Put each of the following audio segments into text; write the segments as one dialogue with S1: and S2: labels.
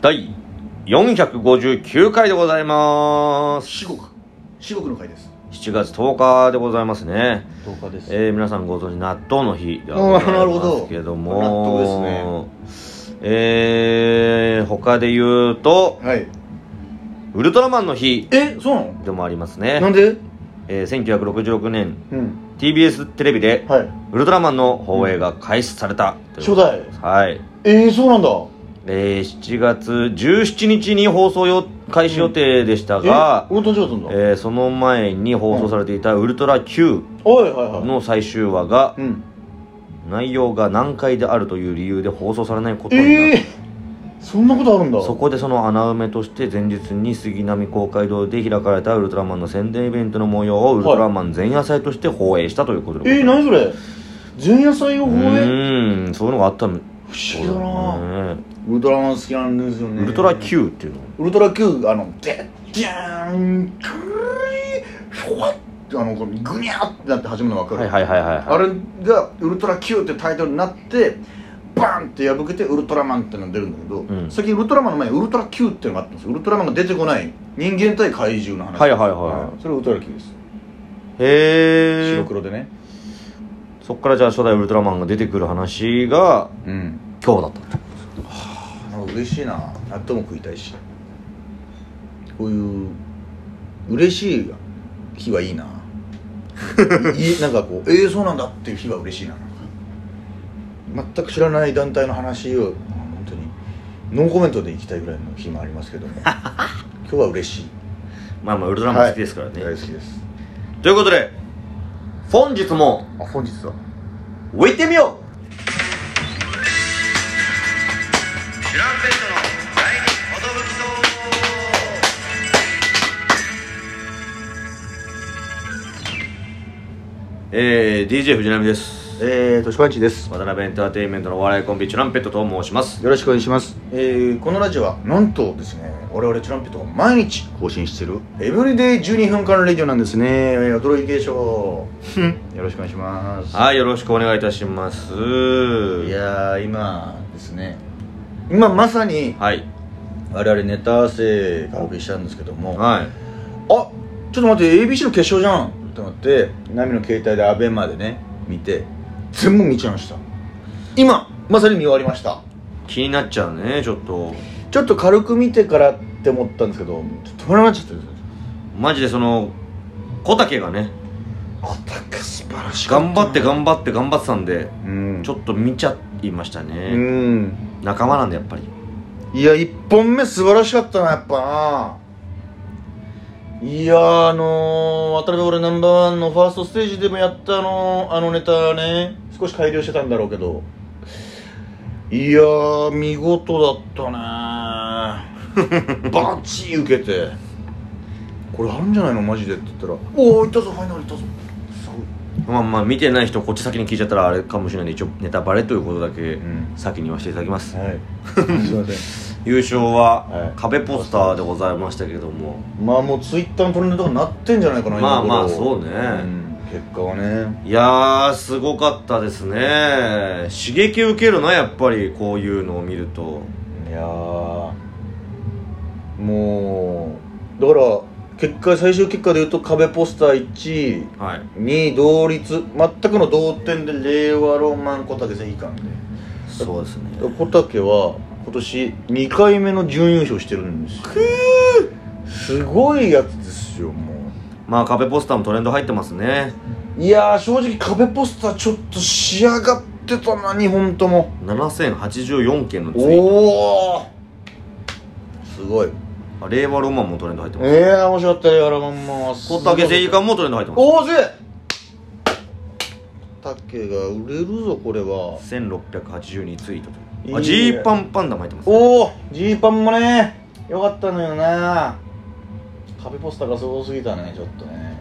S1: 第459回でございます
S2: 四国四国の回です
S1: 7月10日でございますね、
S3: 10日です、
S1: えー皆さんご存知納豆の日ではござ
S2: あーないるほ
S1: ま
S2: ど
S1: すけども
S2: 納
S1: ですねえー、他で言うと
S2: はい
S1: ウルトラマンの日
S2: えそうなの
S1: でもあります
S2: な
S1: ね、
S2: んで
S1: えー、1966年
S2: うん
S1: TBS テレビで
S2: はい
S1: ウルトラマンの放映が開始されたという
S2: 初代
S1: はい
S2: えー、そうなんだ
S1: えー、7月17日に放送よ開始予定でしたが、
S2: え俺の誕生日だったんだ
S1: えーその前に放送されていた「ウルトラ Q
S2: はいは」いはい
S1: の最終話が
S2: うん
S1: 内容が難解であるという理由で放送されないことにな
S2: え
S1: る、
S2: えー、そんなことあるんだ
S1: そこでその穴埋めとして前日に杉並公会堂で開かれたウルトラマンの宣伝イベントの模様をウルトラマン前夜祭として放映したということでござ
S2: えー、
S1: います
S2: 何それ前夜祭を放
S1: う
S2: 映
S1: ーんそういうのがあったの
S2: 不思議
S1: そう
S2: だな
S1: だね
S2: ウルトラマン好きなんですよね
S1: ウルトラ Q っていうの
S2: ウルトラ Q あのでジャーンクリーふわってあのこのグニャーってなって始めるの分かる、
S1: はいはいはいはい
S2: あ
S1: はい
S2: れが「ウルトラ Q」ってタイトルになってバーンって破けて「ウルトラマン」ってのが出るんだけど、
S1: ん
S2: 最近ウルトラマンの前に「ウルトラ Q」ってのがあったんですよウルトラマンが出てこない人間対怪獣の話
S1: はいはいは
S2: それウルトラ Q です
S1: いへえ
S2: 白黒でね
S1: そっからじゃあ初代ウルトラマンが出てくる話が
S2: うん
S1: 今日だったと
S2: なんか嬉しいな納豆も食いたいしこういう嬉しい日はいいな いいなんかこうええそうなんだっていう日は嬉しいななんか全く知らない団体の話を本当にノーコメントでいきたいぐらいの日もありますけども今日は嬉しい
S1: まあまあウルトラマン好きですからね、
S2: はい大好きです
S1: ということで本日も
S2: あ本日は
S1: 置いてみようえー、DJ 藤波です
S2: えーとしばんちです
S1: 渡辺エンターテインメントのお笑いコンビチュランペットと申します
S2: よろしくお願いします、えーこのラジオはなんとですね我々チュランペットが毎日更新してるエブリデイ12分間レディオなんですねえー驚きでしょうよろしくお願いします
S1: はいよろしくお願いいたします
S2: いやー今ですね今まさに
S1: はい
S2: 我々ネタ合わせ完璧したんですけどもあ
S1: はい
S2: ちょっと待って ABC の決勝じゃんってなって波の携帯でアベマでね見て全部見ちゃいました今まさに見終わりました
S1: 気になっちゃうねちょっと
S2: ちょっと軽く見てからって思ったんですけどちょっと止まらなくなっちゃったんですよ
S1: マジでその小竹がね
S2: あたか素晴らし
S1: 頑張って
S2: が
S1: 頑張って頑張ってたんで
S2: うん
S1: ちょっと見ちゃいました
S2: う
S1: ね、
S2: ん
S1: 仲間なんだやっぱり
S2: いや一本目素晴らしかったなやっぱないやーあのー、渡辺俺ナンバーワンのファーストステージでもやったあのーあのネタね少し改良してたんだろうけどいやー見事だった ねバッチリ受けてこれあるんじゃないのマジでって言ったら「おおいったぞファイナルいったぞ」すごい
S1: まあまあ見てない人こっち先に聞いちゃったらあれかもしれないんで一応ネタバレということだけ
S2: ん
S1: 先に言わせていただきます、
S2: はい すいません
S1: 優勝
S2: はい
S1: は壁ポスターでございましたけども
S2: まあもうツイッターのトレンドとかなってんじゃないかな
S1: まあ
S2: 今頃
S1: まあそうね
S2: ん結果はね
S1: いやーすごかったですね刺激受けるなやっぱりこういうのを見ると
S2: いやーもうだから結果最終結果で言うと壁ポスター1位
S1: はい
S2: 2位同率全くの同点で令和ロマン小竹正義感で
S1: そうですね
S2: 小竹は今年2回目の準優勝してるんですよすごいやつですよもう
S1: まあ壁ポスターもトレンド入ってますね
S2: いやー正直壁ポスターちょっと仕上がってたな2本とも
S1: 7084件のツイート
S2: おおすごい
S1: あ令和ロマンもトレンド入って
S2: え
S1: ます
S2: えー、面白かったよあらまんま
S1: 小竹正義感もトレンド入ってます
S2: おおすげえ竹が売れるぞこれは
S1: 1682ツイート
S2: いい
S1: と
S2: ね
S1: あジーパンパンダも入ってますね
S2: おおジーパンもねよかったのよな壁ポスターがすごすぎたねちょっとね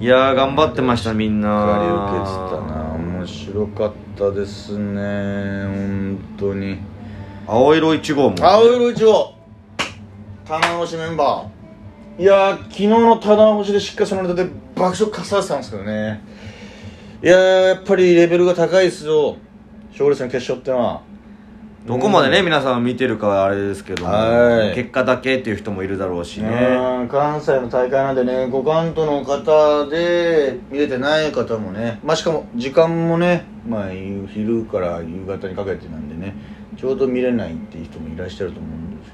S1: いやー頑張ってましたみん
S2: 借り
S1: な
S2: 受けてたな面白かったですね本当に
S1: 青色1号も
S2: 青色一号棚卸しメンバーいやー昨日の棚卸しでしっかりそのネタで爆笑かっさらってたんですけどねいやーやっぱりレベルが高いですよ賞レースの決勝ってのは
S1: どこまでね皆さん見てるかはあれですけども
S2: はい
S1: 結果だけっていう人もいるだろうしね
S2: ね関西の大会なんでねご関東の方で見れてない方もねまあしかも時間もね、まあ、夕昼から夕方にかけてなんでねちょうど見れないっていう人もいらっしゃると思うんです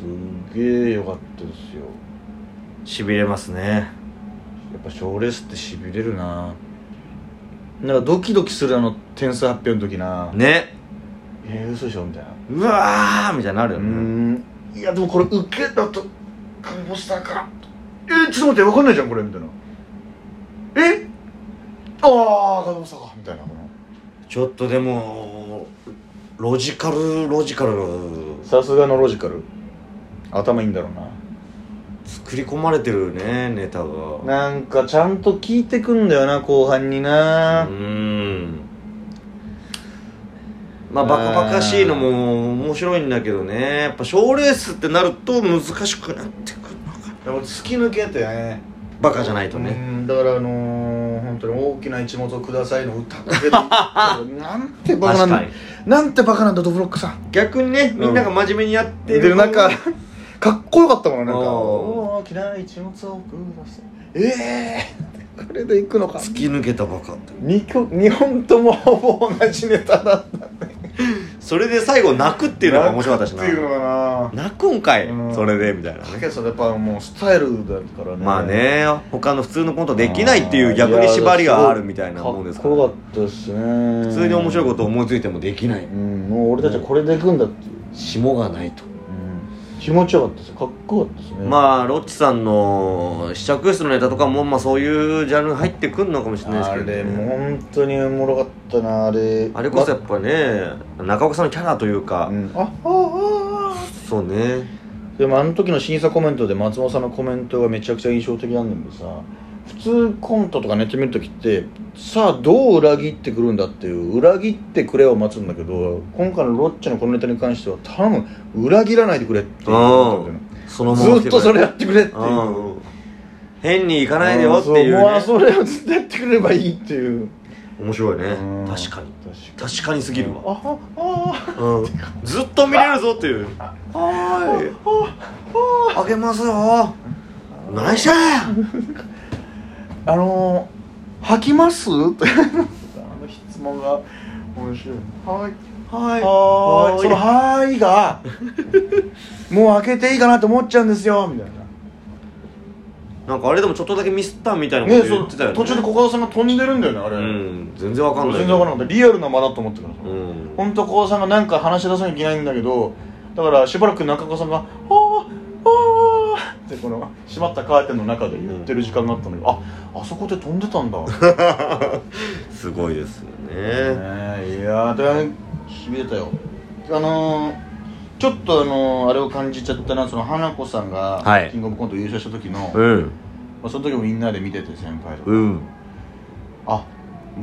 S2: けどすげえ良かったですよ
S1: しびれますね
S2: やっぱ賞レースってしびれるななんかドキドキするあの点数発表の時な、
S1: ね
S2: えー、嘘でしょみたいな
S1: うわーみたいになる
S2: う
S1: よ
S2: ー
S1: ね
S2: んいやでもこれ受けだと看護師さんから「えちょっと待って分かんないじゃんこれ」みたいな「えああ看護師さんか」みたいなこの
S1: ちょっとでもロジカルロジカル
S2: さすがのロジカル頭いいんだろう
S1: 作り込まれてるねネタが
S2: ななんかちゃんと聞いてくんだよな後半にな、
S1: うーんまあバカバカしいのも面白いんだけどねやっぱ賞レースってなると難しくなってくるのか
S2: でも突き抜けてね
S1: バカじゃないとね
S2: うんだからあのー、本当に大きな一物をくださいの歌 だけでなんてバカなんだ
S1: 確か
S2: なんてバカなんだドブロックさん
S1: 逆にねみんなが真面目にやって
S2: で
S1: る、
S2: なんかかっこよかったもんなんか
S1: あー
S2: 大きな一物をくださいええー、これで行くのか
S1: 突き抜けたバカって
S2: 二曲二本ともほぼ同じネタだったっ
S1: それで最後泣くっていうのが面白かったしな
S2: っていうのかな
S1: 泣くんかい
S2: うん
S1: それでみたいな
S2: だけどそれやっぱもうスタイルだからね
S1: まあね他の普通のコントできないっていう逆に縛りがあるみたいなもんです
S2: か
S1: からら
S2: かっこよかったですね普
S1: 普通に面白いことを思いついてもできない
S2: うんもう俺たちはこれでいくんだっていう、
S1: 霜がないと
S2: うん、気持ちよかったですよかっこよかったですねあ
S1: まあロッチさんの試着室のネタとかもまあそういうジャンル入ってくんのかもしれないです
S2: あ
S1: けどね
S2: れもう本当におもろかったなあれ
S1: あれこそやっぱね中岡さんのキャラというか
S2: うん、ああああ
S1: そうね
S2: でもあの時の審査コメントで松本さんのコメントがめちゃくちゃ印象的なんだけどさ普通コントとかネット見る時ってさあどう裏切ってくるんだっていう裏切ってくれを待つんだけど今回のロッチのこのネタに関しては頼む裏切らないでくれっていうことだったよね
S1: そのまま来て
S2: ずっ
S1: くれ
S2: とそれやってくれっていう
S1: うん変に行かないでよっていう
S2: あー
S1: ね
S2: そもうあそれをずっとやってくれればいいっていう
S1: 面白いね
S2: うん
S1: 確かに
S2: 確
S1: 確かにすぎるわ
S2: あああ
S1: うんずっと見れるぞっていうはーいあげますよ何して
S2: ああのー、吐きますってあの質問が面白いはい
S1: は
S2: はーいその
S1: は
S2: はーいがもう開けていいかなと思っちゃうんですよみたいな
S1: ーいなんかあれでもちょっとだけミスったみたいなこ
S2: ね
S1: と
S2: そ
S1: 言
S2: う
S1: ってたよね
S2: 途中で小川さんが飛んでるんだよねあれ、
S1: うん全然わかんない
S2: 全然わからなかったリアルな間だと思ってたからさ、
S1: うん
S2: 本当小川さんが何か話し出さなきゃいけないんだけどだからしばらく中岡さんが「ああああ」ってこの閉まったカーテンの中で言ってる時間があったんだけど、ああそこで飛んでたんだね
S1: すごいですよね
S2: えいやーだいぶしびれたよあのーちょっとあのーあれを感じちゃったなその花子さんが、
S1: はい
S2: キングオブコント優勝した時の、ま
S1: うん
S2: あ、その時もみんなで見てて先輩とか、
S1: うん
S2: あ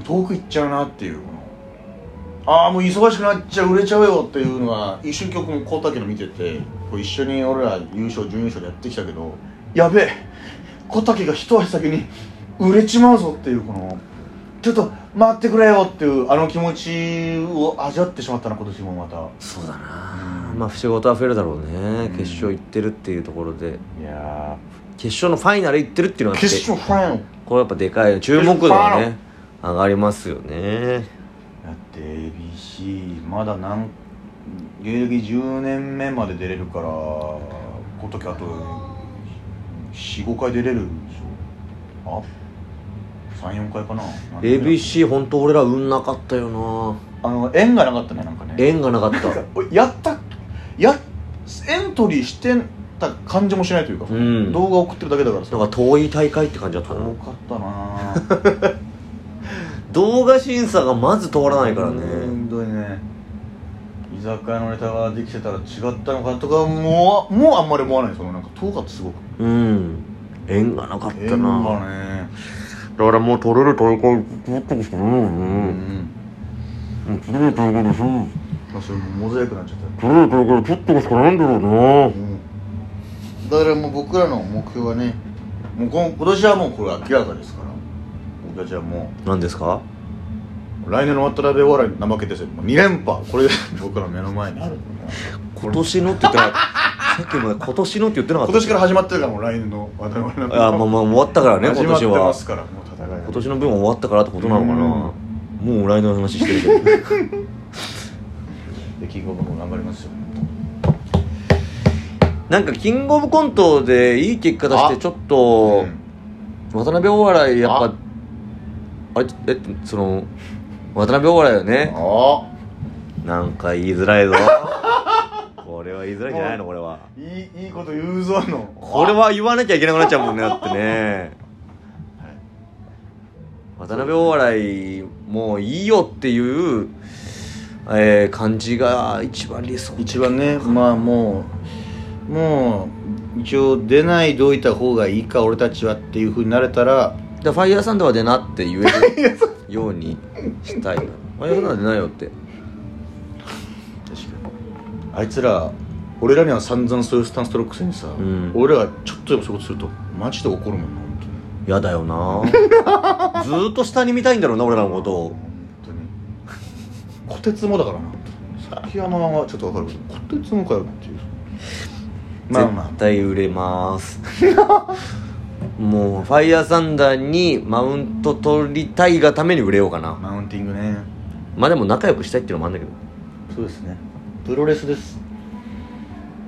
S2: 遠く行っちゃうなっていうこのああもう忙しくなっちゃう売れちゃうよっていうのは一瞬曲もこうたけの見ててこう一緒に俺ら優勝準優勝でやってきたけどやべえこうたけが一足先に売れちまうぞっていうこのちょっと待ってくれよっていうあの気持ちを味わってしまったな今年もまた
S1: そうだ
S2: う
S1: なんまあ仕事は増えるだろうね
S2: ん
S1: 決勝行ってるっていうところで
S2: いや
S1: 決勝のファイナル行ってるっていうのは
S2: 決勝ファイナル
S1: これやっぱでかい注目度がね上がりますよね
S2: だって ABC まだなん芸歴10年目まで出れるからこの時あと45回出れるでしょあ34回かな
S1: ABC 本当俺ら運なかったよな
S2: あの縁がなかったねなんかね
S1: 縁がなかった
S2: おやったやエントリーしてた感じもしないというか、
S1: うん
S2: 動画送ってるだけだからさ
S1: なんか遠い大会って感じだったな
S2: 多かったなぁ
S1: 動画審査がまず通らないから
S2: ほ
S1: ね
S2: んとにね居酒屋のネタができてたら違ったのかとかもうもうあんまり思わないそのなんか遠かったすごく
S1: うん縁がなかった
S2: 縁
S1: な
S2: がね
S1: だからもう取れる大会ずっとですね
S2: うん、
S1: もう取れる大会です
S2: まあ、それもモザイクになっちゃった、
S1: 取れる大会取ってるしかないんだろうな
S2: だからもう僕らの目標はねもう今今年はもうこれ明らかですから僕たちはも
S1: 何ですか
S2: う来年の渡辺お笑いの生決定戦もう2連覇これ 僕らの目の前に
S3: ある
S1: 今年のって言って なかったさっきまで今年のって言ってなかった
S2: 今年から始まってるからもう来年の渡辺お笑いの生決定戦
S1: あもうもう終わったからね
S2: 始
S1: 今
S2: まっ
S1: 年
S2: て
S1: は
S2: ますからもう戦いが
S1: 今年の分終わったからってことなのかなもう来年の話してるけど
S2: でキングオブコント頑張りますよ
S1: なんかキングオブコントでいい結果出して
S2: あ
S1: ちょっと
S2: うん
S1: 渡辺お笑いやっぱ
S2: あ
S1: あれえその渡辺お笑いよね
S2: あ
S1: なんか言いづらいぞこれは言いづらいんじゃないのこれはい
S2: いいいこと言うぞの
S1: これは言わなきゃいけなくなっちゃうもんねだってね渡辺お笑いもういいよっていう、えー感じが一番理想
S2: 一番ねまあもうもう一応出ないどいた方がいいか俺たちはっていうふうになれたら
S1: でファイヤーサンダーは出なって 言えるようにしたいなファイヤーサンダーは出ないよって
S2: 確かにあいつら俺らには散々そういうスタンス取るくせにさ、
S1: ん
S2: 俺らがちょっとでもそういうことするとマジで怒るもんな 本当に
S1: やだよな ずーっと下に見たいんだろうな俺らのことを
S2: 本当に虎鉄もだからな崎山はちょっと分かるけど虎鉄もかよっていうまあまあ
S1: 絶対売れます もうファイヤーサンダーにマウント取りたいがために売れようかな
S2: マウンティングね
S1: まあでも仲良くしたいっていうのもあるんだけど
S2: そうですねプロレスです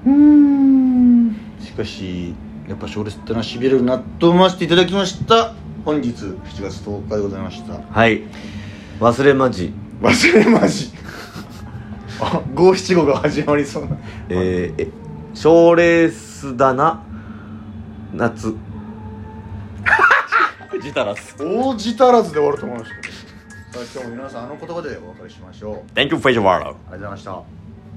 S2: うーんしかしやっぱ賞レスってのはしびれるなと思わせていただきました本日7月10日でございました
S1: はい忘れまじ
S2: 忘れまじあ五七五が始まりそうな
S1: えー、え賞レースだな夏 ジタラス
S2: 応じ足らずで終わると思いましたさあ今日も皆さんあの言葉でお別れしましょう
S1: Thank you for your w o r l d
S2: ありがとうございました